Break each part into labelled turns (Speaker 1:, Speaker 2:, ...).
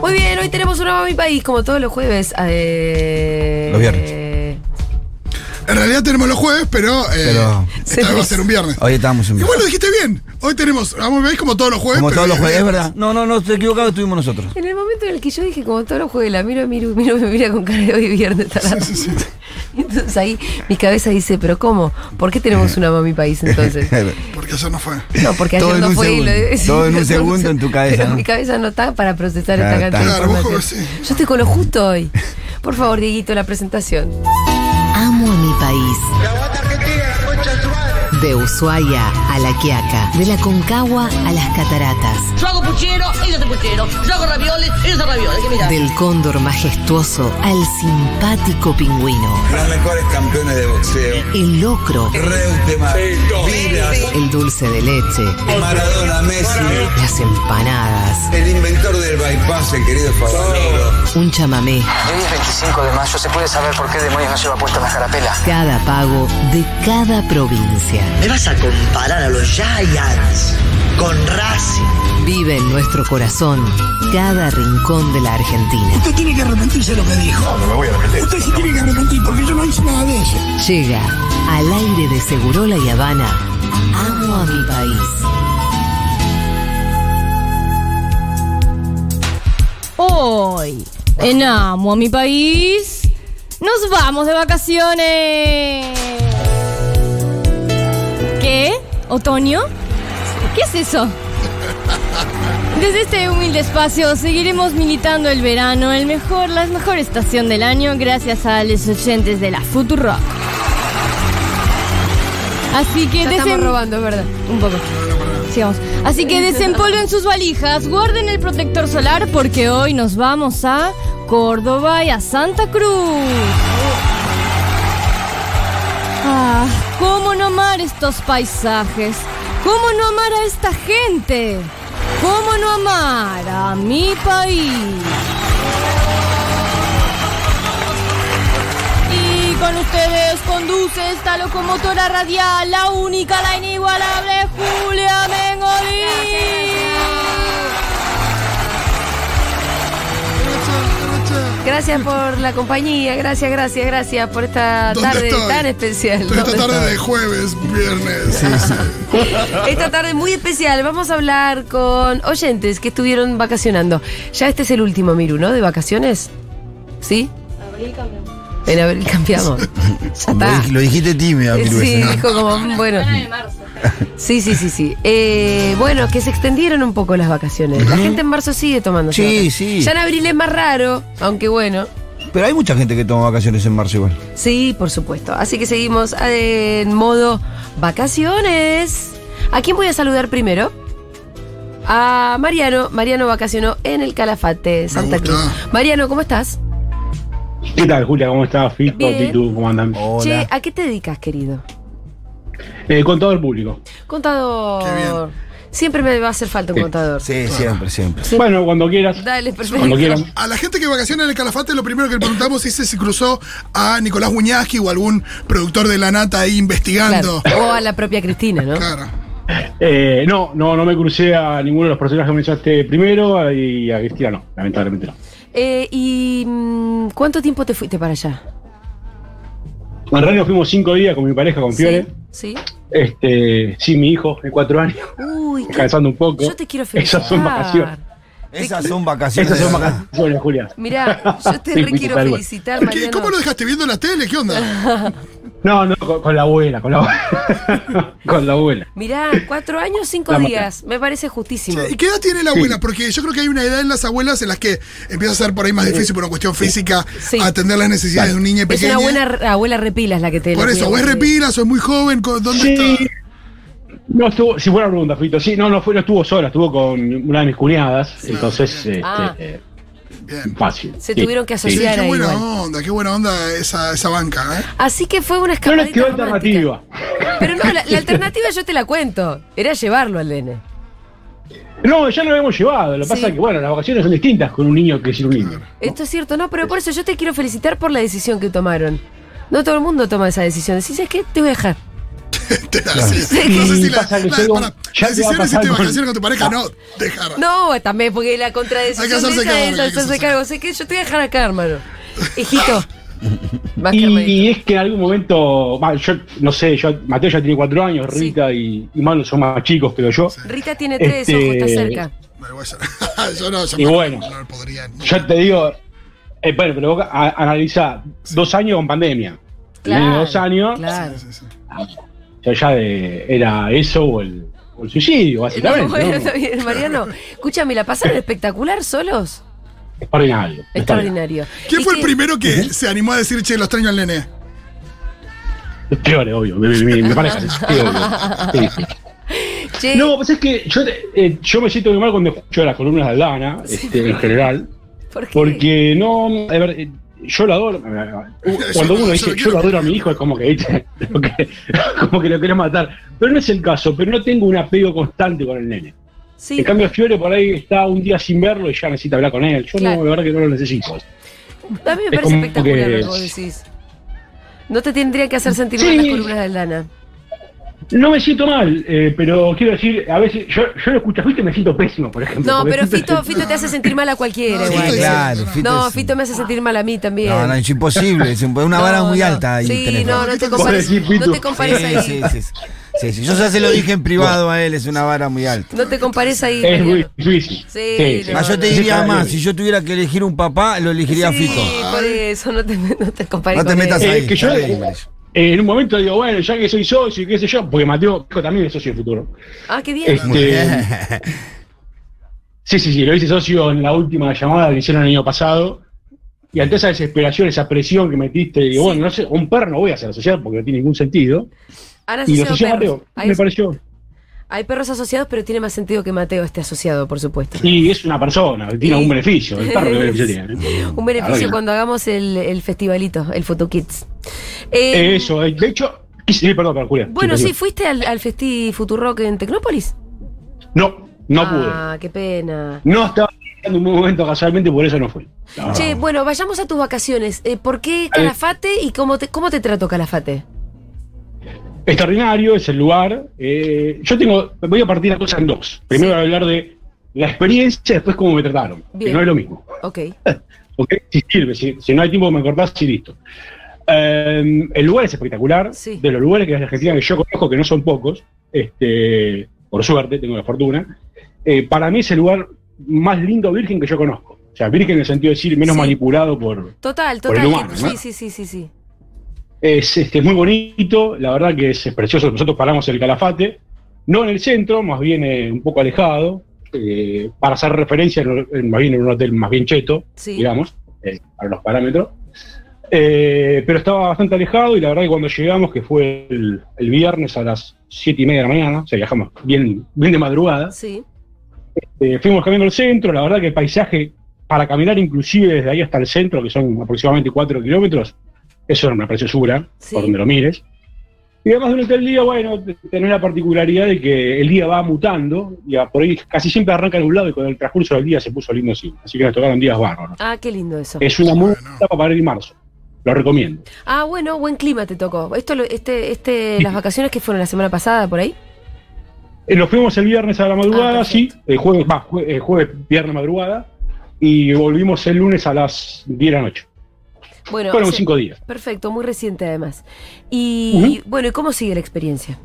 Speaker 1: Muy bien, hoy tenemos una Mami País, como todos los jueves. eh,
Speaker 2: Los viernes.
Speaker 1: eh,
Speaker 3: En realidad tenemos los jueves, pero, eh,
Speaker 2: Pero-
Speaker 3: esta vez va a ser un viernes.
Speaker 2: Hoy estábamos en
Speaker 3: Igual lo dijiste bien. Hoy tenemos, vamos, veis como todos los jueves.
Speaker 2: Como
Speaker 3: pero
Speaker 2: todos los jueves,
Speaker 3: bien.
Speaker 2: es verdad. eh, No, no, no, estoy equivocado, estuvimos nosotros.
Speaker 1: En el momento en el que yo dije, como todos los jueves, la miro, miro, miro, me mira con cara de hoy viernes. tarado. Y Entonces ahí mi cabeza dice, pero ¿cómo? ¿Por qué tenemos una Mami País entonces?
Speaker 3: Porque eso no fue.
Speaker 1: No, porque ayer
Speaker 2: Todo en
Speaker 1: no
Speaker 2: un
Speaker 1: fue y
Speaker 2: segundo.
Speaker 1: lo- sí,
Speaker 2: Todo en un
Speaker 1: entonces-
Speaker 2: segundo en tu cabeza,
Speaker 1: Pero
Speaker 2: ¿no?
Speaker 1: mi cabeza no está para procesar
Speaker 2: Claro,
Speaker 1: esta cantidad
Speaker 2: está.
Speaker 1: de
Speaker 3: Claro, vos
Speaker 1: información.
Speaker 3: como sí.
Speaker 1: Yo estoy con lo justo hoy. Por favor, Dieguito, la presentación.
Speaker 4: Amo a mi país. De Ushuaia a La Quiaca, de la Concagua a las Cataratas,
Speaker 5: Yo hago puchero, ellos hacen puchero. Yo hago ravioles, ellos hacen ravioles. ¿Qué mirá?
Speaker 4: del cóndor majestuoso al simpático pingüino,
Speaker 6: Los mejores campeones de boxeo.
Speaker 4: el locro,
Speaker 6: Reutemann, Vilas,
Speaker 4: el dulce de leche,
Speaker 6: Maradona, Messi,
Speaker 4: las empanadas,
Speaker 6: el inventor del bypass, el querido Fabanero.
Speaker 4: un chamamé,
Speaker 7: Hoy es 25 de mayo, ¿se puede saber por qué demonios no lleva puesta la jarapela?
Speaker 4: cada pago de cada provincia.
Speaker 8: ¿Me vas a comparar a los Giants con Racing?
Speaker 4: Vive en nuestro corazón cada rincón de la Argentina.
Speaker 9: Usted tiene que arrepentirse de lo que dijo. No, no me voy a arrepentir. Usted sí tiene que arrepentir porque yo no hice nada de eso.
Speaker 4: Llega al aire de Segurola y Habana. Amo a mi país.
Speaker 10: Hoy, en Amo a mi país, nos vamos de vacaciones. ¿Qué? ¿Otoño? ¿Qué es eso? Desde este humilde espacio seguiremos militando el verano, el mejor, la mejor estación del año, gracias a los oyentes de la Futurock. Así que
Speaker 1: Ya estamos
Speaker 10: desem-
Speaker 1: robando, es verdad.
Speaker 10: un poco. Sigamos. Así que desempolven sus valijas, guarden el protector solar porque hoy nos vamos a Córdoba y a Santa Cruz. Ah, ¿cómo no amar estos paisajes? ¿Cómo no amar a esta gente? ¿Cómo no amar a mi país? Y con ustedes conduce esta locomotora radial, la única, la inigualable Julia Mengolini.
Speaker 1: Gracias por la compañía, gracias, gracias, gracias por esta
Speaker 3: ¿Dónde
Speaker 1: tarde
Speaker 3: estoy?
Speaker 1: tan especial.
Speaker 3: Entonces,
Speaker 1: ¿Dónde
Speaker 3: esta tarde de jueves, viernes.
Speaker 1: Esta tarde muy especial vamos a hablar con oyentes que estuvieron vacacionando. Ya este es el último, Miru, ¿no? De vacaciones. ¿Sí? En abril cambiamos. ya está.
Speaker 2: Lo, dij- lo dijiste tímido,
Speaker 1: Eh,
Speaker 2: Piruesa,
Speaker 1: Sí,
Speaker 2: ¿no?
Speaker 1: dijo como, bueno. Sí, sí, sí, sí. Eh, bueno, que se extendieron un poco las vacaciones. La gente en marzo sigue tomando.
Speaker 2: Sí, sí.
Speaker 1: Ya en abril es más raro, aunque bueno.
Speaker 2: Pero hay mucha gente que toma vacaciones en marzo igual.
Speaker 1: Sí, por supuesto. Así que seguimos eh, en modo vacaciones. ¿A quién voy a saludar primero? A Mariano. Mariano vacacionó en el Calafate, Santa
Speaker 3: gusta.
Speaker 1: Cruz. Mariano, ¿cómo estás?
Speaker 11: ¿Qué tal, Julia? ¿Cómo estás? Fito,
Speaker 1: Bien.
Speaker 11: Titu, ¿cómo andan?
Speaker 1: Che, ¿a qué te dedicas, querido?
Speaker 11: Eh, con todo el público.
Speaker 1: Contador.
Speaker 3: Qué bien.
Speaker 1: Siempre me va a hacer falta un contador.
Speaker 2: Sí, siempre, siempre.
Speaker 1: Sí.
Speaker 11: Bueno, cuando quieras.
Speaker 1: Dale, perfecto.
Speaker 11: Cuando quieran.
Speaker 3: A la gente que vacaciona en el Calafate, lo primero que le preguntamos es si cruzó a Nicolás Buñaski o algún productor de la nata ahí
Speaker 1: Claro.
Speaker 3: investigando.
Speaker 1: O a la propia Cristina, ¿no?
Speaker 3: Claro.
Speaker 11: Eh, no, no, no me crucé a ninguno de los personajes que me echaste primero y a Cristina no, lamentablemente no.
Speaker 1: Eh, ¿Y mm, cuánto tiempo te fuiste para allá?
Speaker 11: En realidad nos fuimos cinco días con mi pareja, con Fiore.
Speaker 1: ¿Sí? ¿Sí?
Speaker 11: Este, sí, mi hijo, de cuatro años,
Speaker 1: Uy, qué-
Speaker 11: descansando un poco.
Speaker 1: yo te quiero felicitar.
Speaker 11: Esas son vacaciones.
Speaker 2: Esas son vacaciones.
Speaker 11: Esas son vacaciones, Julia.
Speaker 1: Mirá, yo te
Speaker 11: Sí,
Speaker 1: re quiero
Speaker 11: tal cual.
Speaker 1: felicitar,
Speaker 3: ¿Qué-
Speaker 1: Mariano.
Speaker 3: ¿Cómo lo dejaste viendo la tele? ¿Qué onda?
Speaker 11: No, no, con, con la abuela, con la abuela. con la abuela.
Speaker 1: Mirá, cuatro años, cinco
Speaker 11: La
Speaker 1: días. Me parece justísimo.
Speaker 3: ¿Y qué edad tiene la abuela? Porque yo creo que hay una edad en las abuelas en las que empieza a ser por ahí más difícil por una cuestión física
Speaker 1: Sí.
Speaker 3: atender las necesidades de un niño
Speaker 1: Es
Speaker 3: pequeño.
Speaker 1: una buena re- abuela repila es la que te
Speaker 3: Por
Speaker 1: la
Speaker 3: eso,
Speaker 1: cuida,
Speaker 3: o es
Speaker 1: porque-
Speaker 3: repilas, o es muy joven, co- ¿dónde
Speaker 11: Sí.
Speaker 3: está?
Speaker 11: No estuvo, si buena pregunta, Fito. Sí, no, no, fue, no estuvo sola, estuvo con una de mis cuñadas. Entonces, este,
Speaker 1: Ah.
Speaker 11: eh,
Speaker 3: Bien.
Speaker 11: fácil.
Speaker 1: Se
Speaker 11: sí,
Speaker 1: tuvieron que
Speaker 11: sí.
Speaker 3: Sí,
Speaker 1: asociar.
Speaker 3: qué
Speaker 1: ahí
Speaker 3: buena
Speaker 1: igual.
Speaker 3: onda, qué buena onda esa, esa banca, ¿eh?
Speaker 1: Así que fue una
Speaker 11: No
Speaker 1: escapadita
Speaker 11: les quedó
Speaker 1: romántica.
Speaker 11: alternativa.
Speaker 1: Pero no, la, la alternativa yo te la cuento. Era llevarlo al nene.
Speaker 11: No, ya lo habíamos llevado. Lo que
Speaker 1: Sí. Ah,
Speaker 11: pasa es que, bueno, las vacaciones son distintas con un niño que sin un niño.
Speaker 1: Esto es cierto, no, pero por eso yo te quiero felicitar por la decisión que tomaron. No todo el mundo toma esa decisión. Decís, es que te voy a dejar.
Speaker 3: Sí, No sé si la,
Speaker 11: Pasa que
Speaker 3: la-
Speaker 11: yo digo,
Speaker 3: pará,
Speaker 11: ya
Speaker 3: la decisión
Speaker 11: te va a
Speaker 3: es irte de
Speaker 11: pasar,
Speaker 3: vacaciones con tu pareja, no, dejar.
Speaker 1: No, también, porque la contradicción
Speaker 3: Hay que
Speaker 1: esa
Speaker 3: hacerse cargo,
Speaker 1: es
Speaker 3: hay que
Speaker 1: hacerse
Speaker 3: hacerse
Speaker 1: cargo. Sé que yo te voy a dejar acá, hermano. Hijito. Más que
Speaker 11: Y,
Speaker 1: hermanito.
Speaker 11: y es que en algún momento, va, yo no sé, yo, Mateo ya tiene cuatro años, Rita y, y Manu son más chicos, pero yo.
Speaker 1: Rita tiene tres,
Speaker 11: Este-
Speaker 1: ojo, está cerca.
Speaker 3: No, igual yo, yo no, yo
Speaker 11: Y
Speaker 3: no-
Speaker 11: bueno.
Speaker 3: no podría. ni-
Speaker 11: Yo te digo, eh, bueno, pero vos a- analizá, dos años con pandemia.
Speaker 1: Claro,
Speaker 11: Tenés dos años,
Speaker 1: Claro.
Speaker 3: Sí, sí.
Speaker 11: ya, ya de- era eso o el, o el suicidio, básicamente.
Speaker 1: No, bueno,
Speaker 11: ¿no?
Speaker 1: está bien, Mariano. Escúchame, ¿la pasaron espectacular solos?
Speaker 11: Extraordinario.
Speaker 1: Extraordinario.
Speaker 3: ¿Quién
Speaker 1: ¿Y
Speaker 3: fue el
Speaker 1: qué-
Speaker 3: primero que se animó a decir, che, lo extraño al nene?
Speaker 11: Los peores, obvio. Mi, mi- mi pareja, sí, obvio. Sí, sí.
Speaker 1: Che,
Speaker 11: No, pues es que yo, eh, yo me siento muy mal cuando escucho las columnas de Aldana, este, en general,
Speaker 1: ¿por qué?
Speaker 11: porque no. A ver, eh, yo lo adoro. Cuando uno dice yo lo adoro a mi hijo, es como que, ¿viste? Lo que- como que lo quiero matar. Pero no es el caso, pero no tengo un apego constante con el nene.
Speaker 1: Sí.
Speaker 11: En cambio, Fiore por ahí está un día sin verlo y ya necesita hablar con él. Yo
Speaker 1: Claro.
Speaker 11: no, la verdad que no lo
Speaker 1: A
Speaker 11: necesito.
Speaker 1: mí me
Speaker 11: Es
Speaker 1: parece
Speaker 11: como
Speaker 1: espectacular
Speaker 11: que-
Speaker 1: lo que vos decís. No te tendría que hacer sentir mal
Speaker 11: Sí.
Speaker 1: las columnas de lana.
Speaker 11: No me siento mal, eh, pero quiero decir, a veces yo, yo lo escucho a Fito y me siento pésimo, por ejemplo.
Speaker 1: No,
Speaker 11: porque
Speaker 1: pero
Speaker 11: Fito es
Speaker 1: Fito, Fito te hace sentir mal a cualquiera
Speaker 3: No,
Speaker 1: igual.
Speaker 3: Fito es-
Speaker 2: claro.
Speaker 1: No,
Speaker 2: es-
Speaker 1: Fito me hace sentir mal a mí también.
Speaker 2: No, no, es imposible. Es impo- una vara
Speaker 1: No,
Speaker 2: muy
Speaker 1: no.
Speaker 2: alta ahí.
Speaker 1: Sí,
Speaker 2: tenés.
Speaker 1: no, no te
Speaker 3: Vos
Speaker 1: compares.
Speaker 11: decís,
Speaker 1: No
Speaker 11: Fito.
Speaker 1: te compares
Speaker 2: Sí,
Speaker 1: ahí.
Speaker 2: sí, sí, sí. Sí, sí, Yo ya se lo dije en privado a él, es una vara muy alta.
Speaker 1: No te compares ahí.
Speaker 11: Es
Speaker 1: Mariano.
Speaker 11: muy difícil.
Speaker 1: Sí, no,
Speaker 2: Ah, yo te
Speaker 1: no.
Speaker 2: diría más, si yo tuviera que elegir un papá, lo elegiría a
Speaker 1: Sí,
Speaker 2: Fito.
Speaker 1: por eso no te, no te compares.
Speaker 2: No te
Speaker 1: con
Speaker 2: metas
Speaker 1: él.
Speaker 11: Eh,
Speaker 2: ahí.
Speaker 11: que yo-
Speaker 2: está bien, Marillo.
Speaker 11: Eh, en un momento digo, bueno, ya que soy socio y qué sé yo, porque Mateo hijo, también es socio de futuro.
Speaker 1: Ah, qué bien.
Speaker 11: Este, sí, sí, sí, lo hice socio en la última llamada que hicieron el año pasado. Y ante esa desesperación, esa presión que metiste, digo, bueno, no sé, un perro no voy a hacer asociar porque no tiene ningún sentido.
Speaker 1: Han
Speaker 11: Y lo
Speaker 1: asociado
Speaker 11: asocié a
Speaker 1: perros.
Speaker 11: Mateo,
Speaker 1: Hay,
Speaker 11: me pareció.
Speaker 1: hay perros asociados, pero tiene más sentido que Mateo esté asociado, por supuesto.
Speaker 11: Y es una persona, tiene algún beneficio. El perro que beneficio tiene. ¿eh?
Speaker 1: Un
Speaker 11: Claro que
Speaker 1: beneficio
Speaker 11: no.
Speaker 1: cuando hagamos el, el festivalito, el Futu Kids. Eh,
Speaker 11: Eh, Eso, eh, de hecho, sí, perdón, perdón, Julián.
Speaker 1: Bueno, sí,
Speaker 11: perdón.
Speaker 1: ¿fuiste al, al Festi Futurock en Tecnópolis?
Speaker 11: No, no
Speaker 1: ah, qué pena.
Speaker 11: pude. No estaba en un momento casualmente, por eso no fui. No.
Speaker 1: Che, bueno, vayamos a tus vacaciones. Eh, ¿Por qué Calafate y cómo te, cómo te trató Calafate?
Speaker 11: Extraordinario es el lugar. Eh, yo tengo, voy a partir la cosa en dos. Primero voy a hablar de la experiencia, después cómo me trataron.
Speaker 1: Bien.
Speaker 11: Que no es lo mismo.
Speaker 1: Ok.
Speaker 11: ¿ok? Si sirve, si, si no hay tiempo me cortás y listo. Eh, el lugar es espectacular.
Speaker 1: Sí.
Speaker 11: De los lugares que en Argentina que yo conozco, que no son pocos, este, por suerte, tengo la fortuna. eh, para mí es el lugar más lindo virgen que yo conozco. O sea, virgen en el sentido de decir menos
Speaker 1: Sí.
Speaker 11: manipulado por,
Speaker 1: Total,
Speaker 11: Por el
Speaker 1: total.
Speaker 11: humano,
Speaker 1: que-
Speaker 11: ¿no?
Speaker 1: Sí, sí, sí, sí, sí.
Speaker 11: Es, este, es muy bonito, la verdad que es, es precioso. Nosotros paramos en el Calafate, no en el centro, más bien eh, un poco alejado, eh, para hacer referencia, en- en- más bien en un hotel más bien cheto,
Speaker 1: Sí.
Speaker 11: digamos, eh, para los parámetros. Eh, pero estaba bastante alejado y la verdad que cuando llegamos, que fue el, el viernes a las 7 y media de la mañana, o sea, viajamos bien, bien de madrugada,
Speaker 1: Sí.
Speaker 11: eh, fuimos caminando al centro, la verdad que el paisaje para caminar inclusive desde ahí hasta el centro, que son aproximadamente 4 kilómetros, eso era una preciosura,
Speaker 1: Sí.
Speaker 11: por donde lo mires. Y además durante el día, bueno, te- tenés la particularidad de que el día va mutando, y a- por ahí casi siempre arranca nublado y con el transcurso del día se puso lindo así. Así que nos tocaron días bárbaros.
Speaker 1: Ah, qué lindo eso.
Speaker 11: Es una muy
Speaker 3: Bueno.
Speaker 11: buena etapa para ir en marzo, lo recomiendo.
Speaker 1: Ah, bueno, buen clima te tocó. Esto, lo- este, este, las vacaciones que fueron la semana pasada por ahí.
Speaker 11: Eh, nos fuimos el viernes a la madrugada,
Speaker 1: Ah,
Speaker 11: sí,
Speaker 1: perfecto.
Speaker 11: el jueves, va, jue- eh, jueves, viernes madrugada, y volvimos el lunes a las 10 de la noche.
Speaker 1: Bueno,
Speaker 11: Fueron
Speaker 1: sí.
Speaker 11: 5 días.
Speaker 1: perfecto, muy reciente además. Y bueno, ¿y cómo sigue la experiencia?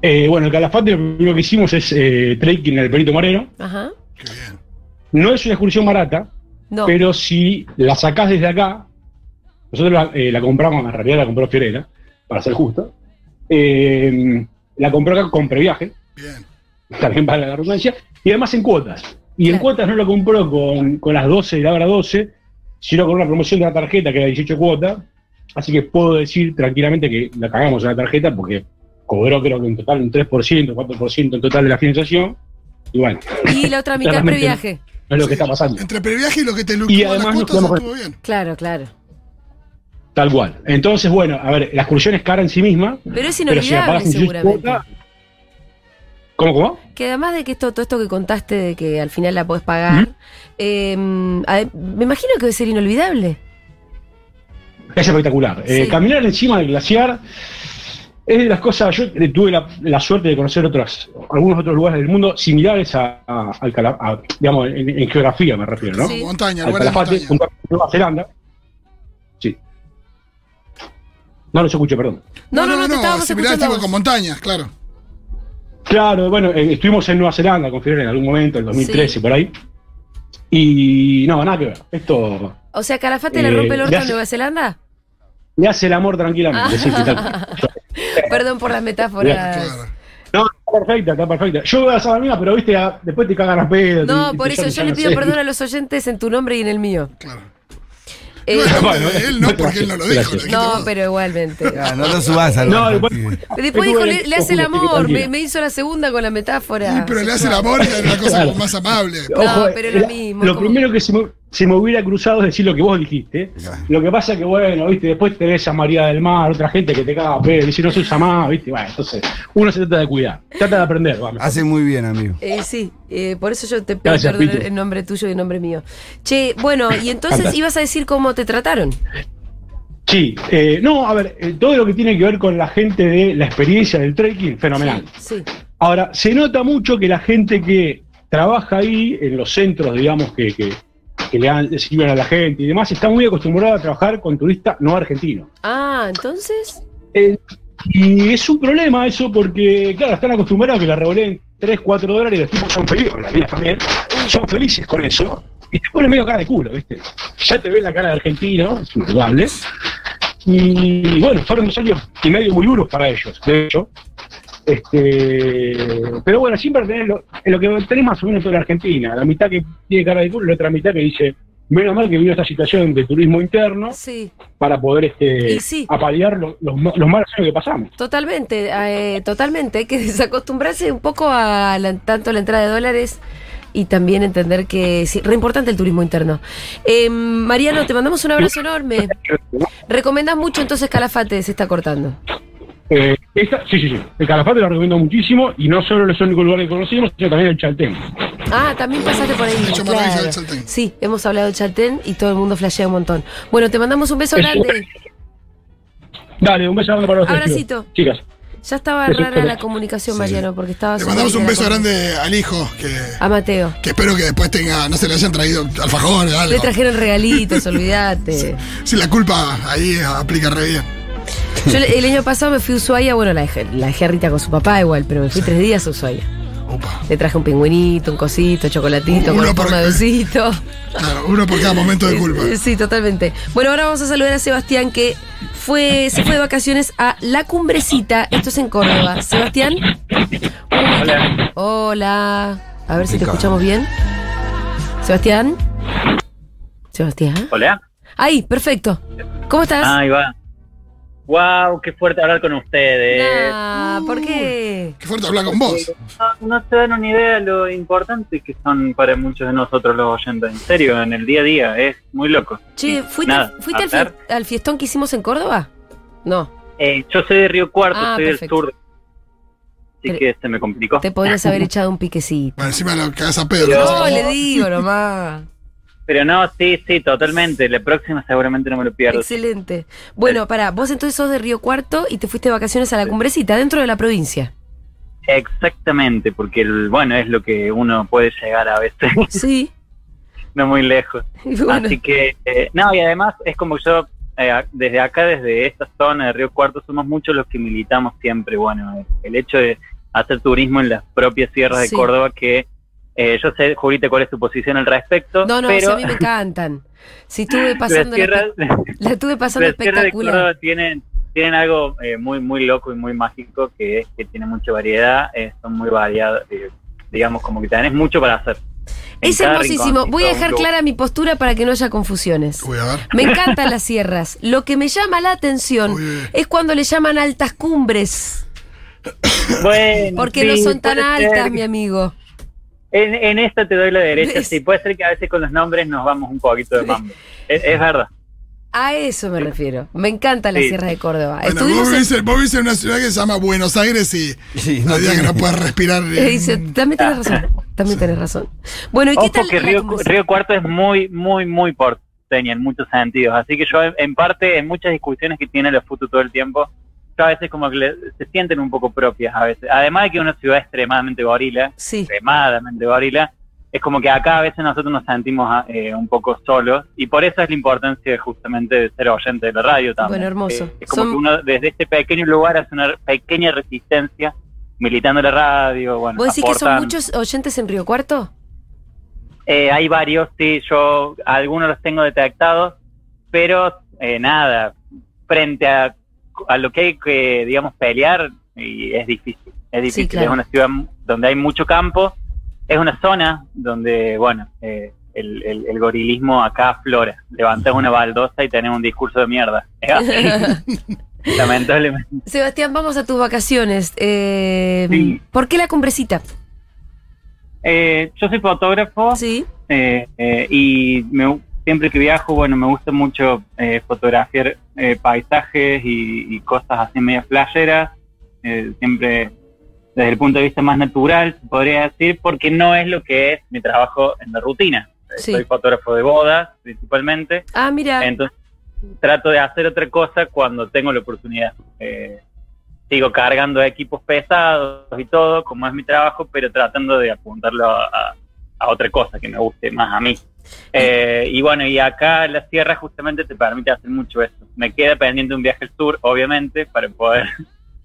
Speaker 11: Eh, bueno, el Calafate lo primero que hicimos es eh, trekking en el Perito Moreno.
Speaker 1: Ajá.
Speaker 3: Qué bien.
Speaker 11: No es una excursión barata,
Speaker 1: No.
Speaker 11: pero si la sacás desde acá, nosotros la, eh, la compramos, en realidad la compró Fiorella, para ser justo, eh, la compró acá con previaje,
Speaker 3: Bien.
Speaker 11: también para la redundancia, y además en cuotas. Y en
Speaker 1: Claro.
Speaker 11: cuotas no la compró con, con las 12 de la hora 12, sino con una promoción de la tarjeta que era 18 cuotas. Así que puedo decir tranquilamente que la cagamos en la tarjeta porque cobró creo que en total un 3%, 4% en total de la financiación. Y bueno,
Speaker 1: y la otra mitad
Speaker 11: claramente
Speaker 1: previaje.
Speaker 11: no es lo que está pasando.
Speaker 3: Entre previaje y lo que te
Speaker 11: Y
Speaker 3: lucró las
Speaker 11: además nos
Speaker 3: cuotas
Speaker 11: quedamos-
Speaker 3: estuvo bien.
Speaker 1: Claro, claro.
Speaker 11: Tal cual. Entonces, bueno, a ver, la excursión es cara en sí misma,
Speaker 1: Pero es
Speaker 11: pero si la
Speaker 1: inolvidable
Speaker 11: pagas en 18
Speaker 1: seguramente.
Speaker 11: cuotas... ¿Cómo, cómo?
Speaker 1: Que además de que esto, todo esto que contaste de que al final la podés pagar, eh, ade- me imagino que debe ser inolvidable.
Speaker 11: Es espectacular. Eh,
Speaker 1: Sí.
Speaker 11: caminar encima del glaciar Es de las cosas, yo eh, tuve la, la suerte de conocer otras, algunos otros lugares del mundo similares a, a- al Cala- a- digamos, en, en geografía me refiero, ¿no?
Speaker 3: Sí. Montaña,
Speaker 11: al
Speaker 3: lugares de
Speaker 11: Calafate,
Speaker 3: montaña.
Speaker 11: Punta- Nueva Zelanda. Sí. No, no se escucha, perdón.
Speaker 1: No, no, no, te estábamos
Speaker 3: similar
Speaker 1: escuchando a
Speaker 3: tipo
Speaker 1: vos.
Speaker 3: con montañas, claro.
Speaker 11: Claro, bueno, eh, estuvimos en Nueva Zelanda con Fiorella en algún momento, en 2013
Speaker 1: Sí.
Speaker 11: por ahí. Y no, nada que ver. Esto
Speaker 1: O sea, Calafate le
Speaker 11: Eh,
Speaker 1: rompe el orto a
Speaker 11: gracias.
Speaker 1: Nueva Zelanda.
Speaker 11: le hace el amor tranquilamente. sí, tal cual.
Speaker 1: Perdón por las metáforas.
Speaker 11: No, está perfecta, está perfecta. Yo voy a hacer la mía, pero viste, a- después te cagan las pedos.
Speaker 1: No,
Speaker 11: te-
Speaker 1: por
Speaker 11: te
Speaker 1: eso
Speaker 11: llaman,
Speaker 1: yo le
Speaker 11: no
Speaker 1: pido
Speaker 11: sé.
Speaker 1: perdón a los oyentes en tu nombre y en el mío.
Speaker 3: Claro.
Speaker 1: Eh,
Speaker 3: No,
Speaker 11: Bueno,
Speaker 3: él no, porque él no lo dijo.
Speaker 11: gracias.
Speaker 3: lo dijiste
Speaker 1: no,
Speaker 3: vos.
Speaker 1: pero igualmente.
Speaker 2: Ya, no lo subas al
Speaker 11: No,
Speaker 2: barco,
Speaker 11: igual-
Speaker 2: pibe.
Speaker 1: Después
Speaker 11: Estuve
Speaker 1: dijo,
Speaker 11: en
Speaker 1: le,
Speaker 11: esto,
Speaker 1: le hace el
Speaker 11: Julio, así que
Speaker 1: amor, me,
Speaker 11: tranquila.
Speaker 1: me hizo la segunda con la metáfora.
Speaker 3: Sí, pero le hace el amor y es una cosa
Speaker 11: Claro.
Speaker 3: como más amable.
Speaker 11: Ojo, eh,
Speaker 1: pero lo
Speaker 11: la-
Speaker 1: mismo,
Speaker 11: Lo
Speaker 1: como-
Speaker 11: primero que se me, se me hubiera cruzado es decir lo que vos dijiste. ¿eh? Lo que pasa que, bueno, viste, después tenés a María del Mar, otra gente que te caga a pedo, y si no se usa más, viste, bueno, entonces uno se trata de cuidar, trata de aprender, vamos.
Speaker 2: Hace muy bien, amigo.
Speaker 1: Eh, sí, eh, por eso yo te pido
Speaker 11: Gracias,
Speaker 1: perdón
Speaker 11: Pitu.
Speaker 1: en nombre tuyo y en nombre mío. Che, bueno, y entonces
Speaker 11: Fantástico.
Speaker 1: ibas a decir cómo te trataron.
Speaker 11: Sí, eh, no, a ver, eh, todo lo que tiene que ver con la gente de la experiencia del trekking, fenomenal.
Speaker 1: Sí.
Speaker 11: Ahora, se nota mucho que la gente que trabaja ahí, en los centros, digamos, que, que- que le, dan- le sirven a la gente y demás, está muy acostumbrada a trabajar con turistas no argentinos.
Speaker 1: Ah, entonces.
Speaker 11: Eh, y es un problema eso porque, claro, están acostumbrados a que la revoleen 3, 4 dólares y los tipos son felices, las minas también, son felices con eso. Y te ponen medio cara de culo, ¿viste? Ya te ven la cara de argentino, es indudable. Y bueno, fueron dos años y medio muy duros para ellos, de hecho. Este, pero bueno, siempre tenés lo, en lo que tenés más o menos toda la Argentina, la mitad que tiene cara de culo y la otra mitad que dice, menos mal que vino esta situación de turismo interno
Speaker 1: Sí,
Speaker 11: para poder este
Speaker 1: Y sí.
Speaker 11: apalear lo- los, ma- los malos años que pasamos.
Speaker 1: totalmente, eh, totalmente. Hay que desacostumbrarse un poco a la- tanto la entrada de dólares y también entender que es re importante el turismo interno. Eh, Mariano, te mandamos un abrazo enorme. Recomendás mucho entonces Calafate, se está cortando.
Speaker 11: Eh, esta, sí, sí, sí. El Calafate lo recomiendo muchísimo y no solo los únicos lugares que conocimos, sino también el Chaltén.
Speaker 1: Ah, también pasaste por ahí.
Speaker 3: Mucho más
Speaker 1: claro.
Speaker 3: del Chaltén.
Speaker 1: Sí, hemos hablado de Chaltén y todo el mundo flashea un montón. Bueno, te mandamos un beso
Speaker 11: Es-
Speaker 1: grande.
Speaker 11: Dale, un beso grande para los
Speaker 1: Abracito.
Speaker 11: chicos. Chicas.
Speaker 1: Ya estaba
Speaker 11: Beso
Speaker 1: rara la
Speaker 11: grande.
Speaker 1: comunicación, Mariano, porque estaba...
Speaker 3: Le mandamos un
Speaker 1: súper
Speaker 3: beso
Speaker 1: bien.
Speaker 3: grande al hijo, que,
Speaker 1: A Mateo.
Speaker 3: que espero que después tenga, no se le hayan traído alfajores
Speaker 1: Le
Speaker 3: o algo.
Speaker 1: trajeron regalitos, olvídate.
Speaker 3: Si la culpa ahí aplica re bien.
Speaker 1: Yo le- el año pasado me fui a Ushuaia, bueno, la dejé, la dejé a Rita con su papá igual, pero me fui tres días a Ushuaia.
Speaker 3: Opa.
Speaker 1: Le traje un pingüinito, un cosito, chocolatito,
Speaker 3: Uno
Speaker 1: con
Speaker 3: por-
Speaker 1: forma de osito.
Speaker 3: Claro, uno por cada momento de culpa.
Speaker 1: Eh, Sí, totalmente. Bueno, ahora vamos a saludar a Sebastián que fue, se fue de vacaciones a La Cumbrecita. Esto es en Córdoba. Sebastián. Hola. Hola. A ver si te escuchamos bien. Sebastián. Sebastián.
Speaker 12: Hola.
Speaker 1: Ahí, perfecto. ¿Cómo estás?
Speaker 12: Ahí va. Wow, qué fuerte hablar con ustedes.
Speaker 1: Nah, ¿Por qué?
Speaker 3: Qué fuerte hablar con vos.
Speaker 12: No, no se dan una idea de lo importante que son para muchos de nosotros los oyentes. En serio, en el día a día es muy loco.
Speaker 1: Che, ¿fuiste,
Speaker 12: Uh. Nada,
Speaker 1: fuiste al,
Speaker 12: a ver.
Speaker 1: fie- al fiestón que hicimos en Córdoba? No.
Speaker 12: Eh, yo soy de Río Cuarto,
Speaker 1: Ah,
Speaker 12: soy
Speaker 1: perfecto.
Speaker 12: del sur. Así
Speaker 1: Pero-
Speaker 12: que se me complicó.
Speaker 1: Te podrías haber echado un piquecito.
Speaker 3: Bueno, encima lo cagás a pedo.
Speaker 12: No.
Speaker 1: No, le digo nomás.
Speaker 12: Pero no, sí, sí, totalmente. La próxima seguramente no me lo pierdo.
Speaker 1: Excelente. Bueno, para vos entonces sos de Río Cuarto y te fuiste de vacaciones a la cumbrecita, dentro de la provincia.
Speaker 12: Exactamente, porque el, bueno, es lo que uno puede llegar a veces,
Speaker 1: Sí.
Speaker 12: no muy lejos.
Speaker 1: Y bueno,
Speaker 12: Así que, eh, no, y además es como yo, eh, a- desde acá, desde esta zona de Río Cuarto, somos muchos los que militamos siempre, bueno, eh, el hecho de hacer turismo en las propias sierras
Speaker 1: Sí.
Speaker 12: de Córdoba, que eh, yo sé, Julita, cuál es tu posición al respecto,
Speaker 1: no, no, si
Speaker 12: pero
Speaker 1: a mí me cantan. Si estuve
Speaker 12: las
Speaker 1: pasando la,
Speaker 12: sierras,
Speaker 1: la estuve pasando
Speaker 12: las sierras de
Speaker 1: espectacular.
Speaker 12: Córdoba tienen, tienen algo eh, muy, muy loco y muy mágico, que es que tiene mucha variedad, eh, son muy variados, eh, digamos, como que tenés mucho para hacer. En
Speaker 1: Es
Speaker 12: cada
Speaker 1: hermosísimo.
Speaker 12: rinconcito,
Speaker 1: Voy a
Speaker 12: un
Speaker 1: dejar
Speaker 12: lugar.
Speaker 1: clara mi postura para que no haya confusiones.
Speaker 3: Voy a ver.
Speaker 1: Me encantan las sierras. Lo que me llama la atención
Speaker 3: Uy.
Speaker 1: es cuando le llaman altas cumbres,
Speaker 12: Bueno,
Speaker 1: porque
Speaker 12: sí,
Speaker 1: no son tan
Speaker 12: puede ser
Speaker 1: altas,
Speaker 12: que-
Speaker 1: mi amigo.
Speaker 12: En, en esta te doy la derecha,
Speaker 1: ¿Ves?
Speaker 12: sí. Puede ser que a veces con los nombres nos vamos un poquito de mambo. Es, es verdad.
Speaker 1: A eso me refiero. Me encantan las
Speaker 12: Sí.
Speaker 1: sierras de Córdoba.
Speaker 3: Bueno,
Speaker 1: Estuvimos
Speaker 3: vos,
Speaker 1: en-
Speaker 3: vivís, en- vos vivís en una ciudad que se llama Buenos Aires y
Speaker 2: Sí,
Speaker 3: no
Speaker 2: no
Speaker 3: día que
Speaker 2: tiene-
Speaker 3: no puedes respirar.
Speaker 1: Eh,
Speaker 3: eh,
Speaker 1: dice, también tenés razón. También tenés razón. Bueno, ¿y qué
Speaker 12: Ojo
Speaker 1: tal?
Speaker 12: que
Speaker 1: la
Speaker 12: Río,
Speaker 1: conversa?
Speaker 12: Río Cuarto es muy, muy, muy eh, porteña en muchos sentidos. Así que yo, en, en parte, en muchas discusiones que tiene los putos todo el tiempo,
Speaker 11: a veces como que le- se sienten un poco propias a veces. Además de que es una ciudad extremadamente gorila, extremadamente gorila, es como que acá a veces nosotros nos sentimos eh, un poco solos y por eso es la importancia justamente de ser oyente de la radio también.
Speaker 1: Bueno, hermoso.
Speaker 11: Eh, es como
Speaker 1: Son-
Speaker 11: que uno desde este pequeño lugar hace una pequeña resistencia militando la radio. Bueno,
Speaker 1: ¿Vos decís que son
Speaker 11: aportan-
Speaker 1: muchos oyentes en Río Cuarto?
Speaker 11: eh, hay varios, sí, yo algunos los tengo detectados, pero eh, nada, frente a, a lo que hay que, digamos, pelear, y es difícil, es difícil,
Speaker 10: claro.
Speaker 11: es una ciudad m- donde hay mucho campo, es una zona donde, bueno, eh, el, el- el gorilismo acá aflora, levantás una baldosa y tenés un discurso de mierda, Es así. lamentablemente.
Speaker 1: Sebastián, vamos a tus vacaciones. Eh, ¿Por qué la cumbrecita?
Speaker 11: Eh, yo soy fotógrafo. Eh, eh, y me- siempre que viajo, bueno, me gusta mucho eh, fotografiar eh, paisajes y, y cosas así medio flasheras. eh, siempre desde el punto de vista más natural, se podría decir, porque no es lo que es mi trabajo en la rutina. Eh,
Speaker 1: Sí.
Speaker 11: Soy fotógrafo de bodas, principalmente.
Speaker 1: Ah, mira.
Speaker 11: Entonces trato de hacer otra cosa cuando tengo la oportunidad. Eh, sigo cargando equipos pesados y todo, como es mi trabajo, pero tratando de apuntarlo a, a- a otra cosa que me guste más a mí. Eh, y bueno, y acá en la sierra justamente te permite hacer mucho eso. Me queda pendiente un viaje al sur, obviamente, para poder...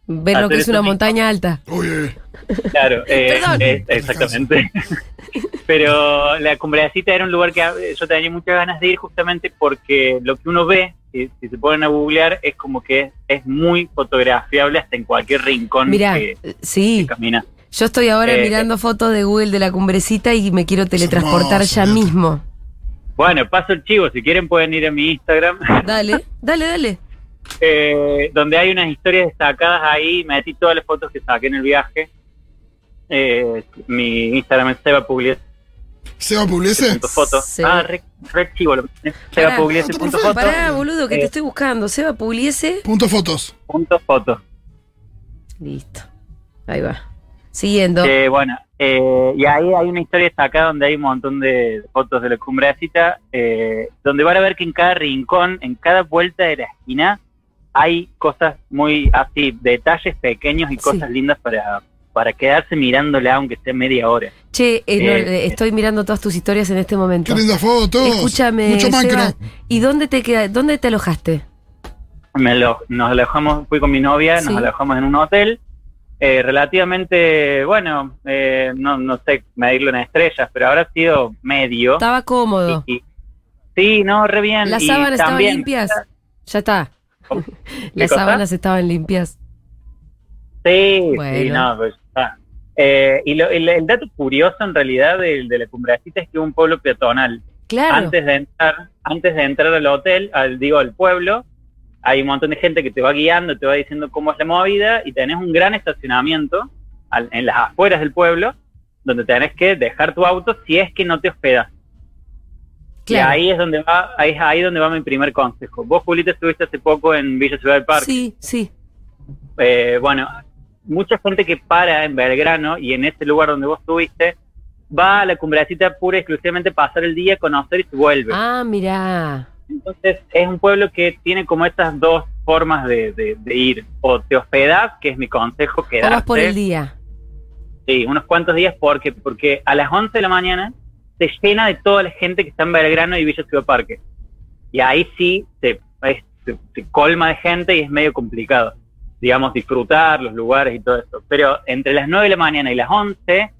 Speaker 1: Ver lo
Speaker 11: hacer
Speaker 1: que es
Speaker 11: eso
Speaker 1: una
Speaker 11: mismo.
Speaker 1: montaña alta.
Speaker 11: Claro, eh,
Speaker 1: Perdón.
Speaker 11: eh, exactamente. Pero la cumbrecita era un lugar que eh, yo tenía muchas ganas de ir justamente porque lo que uno ve, si, si se ponen a googlear, es como que es, es muy fotografiable hasta en cualquier rincón
Speaker 1: Mirá,
Speaker 11: que,
Speaker 1: sí.
Speaker 11: que camina.
Speaker 1: Yo estoy ahora
Speaker 11: Eh,
Speaker 1: mirando fotos de Google de la cumbrecita y me quiero teletransportar ya mismo.
Speaker 11: Bueno, paso el chivo, si quieren pueden ir a mi Instagram,
Speaker 1: Dale, dale, dale.
Speaker 11: eh, donde hay unas historias destacadas ahí, metí todas las fotos que saqué en el viaje. Eh, mi Instagram es Seba Pugliese.
Speaker 3: ¿Seba Pugliese?
Speaker 11: Fotos.
Speaker 1: Sí.
Speaker 11: Ah, re, re chivo lo ponés. Seba
Speaker 1: Pará,
Speaker 3: Ah,
Speaker 11: Pugliese. punto foto.
Speaker 1: Pará, boludo, que
Speaker 11: Eh,
Speaker 1: te estoy buscando. Seba Pugliese.
Speaker 3: Punto fotos.
Speaker 11: Punto fotos.
Speaker 1: Listo. Ahí va. Siguiendo.
Speaker 11: Eh, bueno, eh, y ahí hay una historia destacada donde hay un montón de fotos de la cumbrecita, eh, donde van a ver que en cada rincón, en cada vuelta de la esquina, hay cosas muy así, detalles pequeños y cosas lindas para, para quedarse mirándola, aunque sea media hora.
Speaker 1: Che, eh, no,
Speaker 11: Eh,
Speaker 1: eh, estoy mirando todas tus historias en este momento.
Speaker 3: Qué linda foto.
Speaker 1: Escúchame,
Speaker 3: Mucho
Speaker 1: Seba,
Speaker 3: macro.
Speaker 1: ¿y dónde te queda, dónde te alojaste?
Speaker 11: Me alo- nos alojamos, fui con mi novia,
Speaker 1: Sí.
Speaker 11: nos alojamos en un hotel. eh, relativamente, bueno, eh, no, no sé medirlo en estrellas, pero habrá sido medio.
Speaker 1: Estaba cómodo.
Speaker 11: Y- y- sí, no, re bien.
Speaker 1: Las
Speaker 11: y
Speaker 1: sábanas estaban
Speaker 11: también-
Speaker 1: limpias. Ya está.
Speaker 11: ¿Qué
Speaker 1: Las
Speaker 11: cosa?
Speaker 1: sábanas estaban limpias.
Speaker 11: Sí, sí,
Speaker 1: Bueno.
Speaker 11: no, pues, ah. Eh, y lo- el, el dato curioso en realidad de, de la cumbrecita es que es un pueblo peatonal.
Speaker 1: Claro.
Speaker 11: Antes de entrar, antes de entrar al hotel, al digo al pueblo, hay un montón de gente que te va guiando, te va diciendo cómo es la movida y tenés un gran estacionamiento al- en las afueras del pueblo donde tenés que dejar tu auto si es que no te hospedas.
Speaker 1: Claro.
Speaker 11: Y ahí es donde va, ahí es ahí donde va mi primer consejo. Vos, Julita, estuviste hace poco en Villa Ciudad del Parque.
Speaker 1: Sí, sí.
Speaker 11: Eh, bueno, mucha gente que para en Belgrano y en ese lugar donde vos estuviste, va a la cumbrecita pura y exclusivamente pasar el día, conocer y se vuelve.
Speaker 1: Ah, mirá.
Speaker 11: Entonces es un pueblo que tiene como estas dos formas de, de- de ir. O te hospedás, que es mi consejo,
Speaker 1: O vas
Speaker 11: quedarte.
Speaker 1: por el día.
Speaker 11: Sí, unos cuantos días porque, porque a las 11 de la mañana se llena de toda la gente que está en Belgrano y Villa Ciudad Parque. Y ahí sí se, es- se- se colma de gente y es medio complicado, digamos, disfrutar los lugares y todo eso. Pero entre las 9 de la mañana y las 11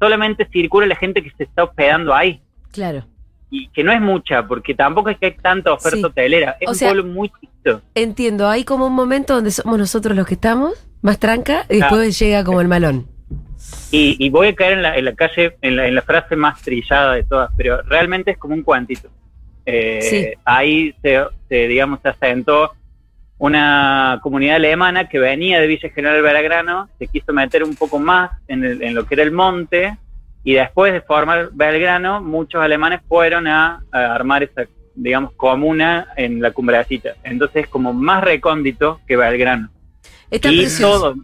Speaker 11: solamente circula la gente que se está hospedando ahí.
Speaker 1: Claro.
Speaker 11: Y que no es mucha, porque tampoco es que hay tanta oferta
Speaker 1: Sí.
Speaker 11: hotelera. Es
Speaker 1: O
Speaker 11: un
Speaker 1: sea-
Speaker 11: pueblo muy chiquito.
Speaker 1: Entiendo, hay como un momento donde somos nosotros los que estamos, más tranca, y después
Speaker 11: Ah.
Speaker 1: llega como el malón.
Speaker 11: Y, y voy a caer en la, en la calle, en la, en la frase más trillada de todas, pero realmente es como un cuantito. Eh,
Speaker 1: Sí.
Speaker 11: Ahí se, se, digamos, se asentó una comunidad alemana que venía de Villa General Belgrano, se quiso meter un poco más en, el- en lo que era el monte, y después de formar Belgrano, muchos alemanes fueron a, a armar esa, digamos, comuna en la cumbrecita. Entonces es como más recóndito que Belgrano.
Speaker 1: Está
Speaker 11: y
Speaker 1: precioso.
Speaker 11: todo.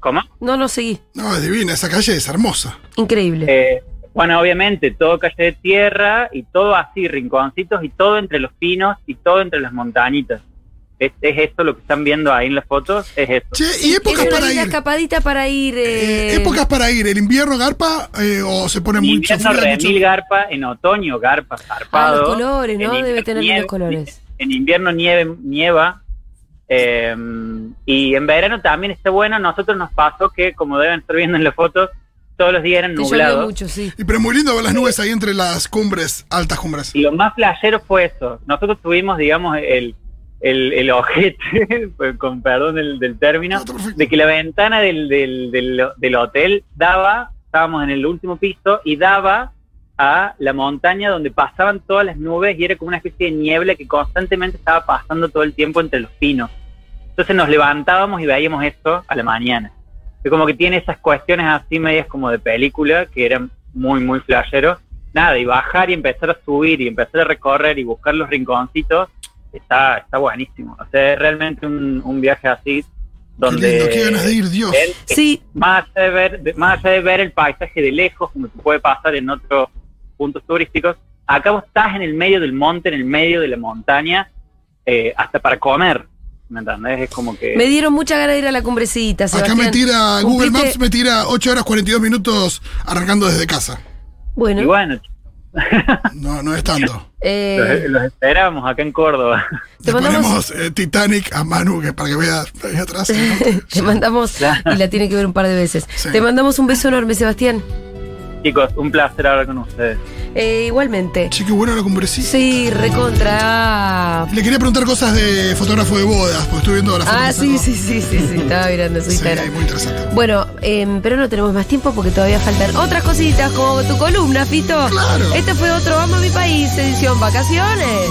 Speaker 11: ¿Cómo?
Speaker 1: No, no seguí.
Speaker 3: No, es divina, esa calle es hermosa.
Speaker 1: Increíble.
Speaker 11: Eh, bueno, obviamente, todo calle de tierra y todo así, rinconcitos y todo entre los pinos y todo entre las montañitas. Es, es esto lo que están viendo ahí en las fotos, es esto.
Speaker 3: y
Speaker 1: es
Speaker 3: épocas
Speaker 1: una
Speaker 3: para
Speaker 1: linda
Speaker 3: ir.
Speaker 1: escapadita para ir. eh,
Speaker 3: Épocas para ir, el invierno garpa eh, o se pone mucho
Speaker 11: invierno
Speaker 3: frío, mucho-
Speaker 11: remil garpa, en otoño garpa
Speaker 1: ah,
Speaker 11: zarpado.
Speaker 1: los colores,
Speaker 11: en
Speaker 1: ¿no?
Speaker 11: invierno
Speaker 1: Debe tener
Speaker 11: nieve,
Speaker 1: los colores.
Speaker 11: En invierno nieve, nieva. eh, y en verano también está bueno. Nosotros nos pasó que, como deben estar viendo en las fotos, todos los días eran nublados.
Speaker 1: sí.
Speaker 3: Y pero es muy lindo ver las nubes ahí entre las cumbres, altas cumbres.
Speaker 11: Y lo más flashero fue eso. Nosotros tuvimos, digamos, el, el, el ojete, con perdón del, del término,
Speaker 3: Ah,
Speaker 11: de que la ventana del, del, del, del hotel daba, estábamos en el último piso, y daba a la montaña donde pasaban todas las nubes y era como una especie de niebla que constantemente estaba pasando todo el tiempo entre los pinos. Entonces nos levantábamos y veíamos esto a la mañana. Que como que tiene esas cuestiones así medias como de película, que eran muy, muy flasheros. Nada, y bajar y empezar a subir y empezar a recorrer y buscar los rinconcitos, está, está buenísimo. O sea, es realmente un, un viaje así donde...
Speaker 3: lindo, qué ganas de ir, Dios.
Speaker 11: él-
Speaker 1: Sí.
Speaker 11: Más allá, de ver, de- más allá de ver el paisaje de lejos, como te puede pasar en otros puntos turísticos, acá vos estás en el medio del monte, en el medio de la montaña, eh, hasta para comer. ¿Me entendés? Es como que...
Speaker 1: Me dieron mucha ganas de ir a la cumbrecita,
Speaker 3: Acá
Speaker 1: Sebastián.
Speaker 3: me tira, Google
Speaker 1: Cumpliste-
Speaker 3: Maps me tira 8 horas 42 minutos arrancando desde casa.
Speaker 1: Bueno.
Speaker 11: Y bueno,
Speaker 3: No, no es tanto.
Speaker 1: eh,
Speaker 11: los, los esperamos acá en Córdoba.
Speaker 3: Te ponemos eh, Titanic a Manu que para que vea ahí atrás.
Speaker 1: Te mandamos, y la tiene que ver un par de veces. Te mandamos un beso enorme, Sebastián.
Speaker 11: Chicos, un placer hablar con ustedes.
Speaker 1: Eh, igualmente.
Speaker 3: Che, qué bueno la cumbrecita.
Speaker 1: Sí, recontra.
Speaker 3: Le quería preguntar cosas de fotógrafo de bodas, porque estoy viendo la foto.
Speaker 1: Ah, sí, sí, sí, sí, sí, estaba mirando su Instagram.
Speaker 3: muy interesante.
Speaker 1: Bueno, em, pero no tenemos más tiempo porque todavía faltan otras cositas como tu columna, Fito.
Speaker 3: Claro.
Speaker 1: Este fue otro Vamos a mi país, edición vacaciones.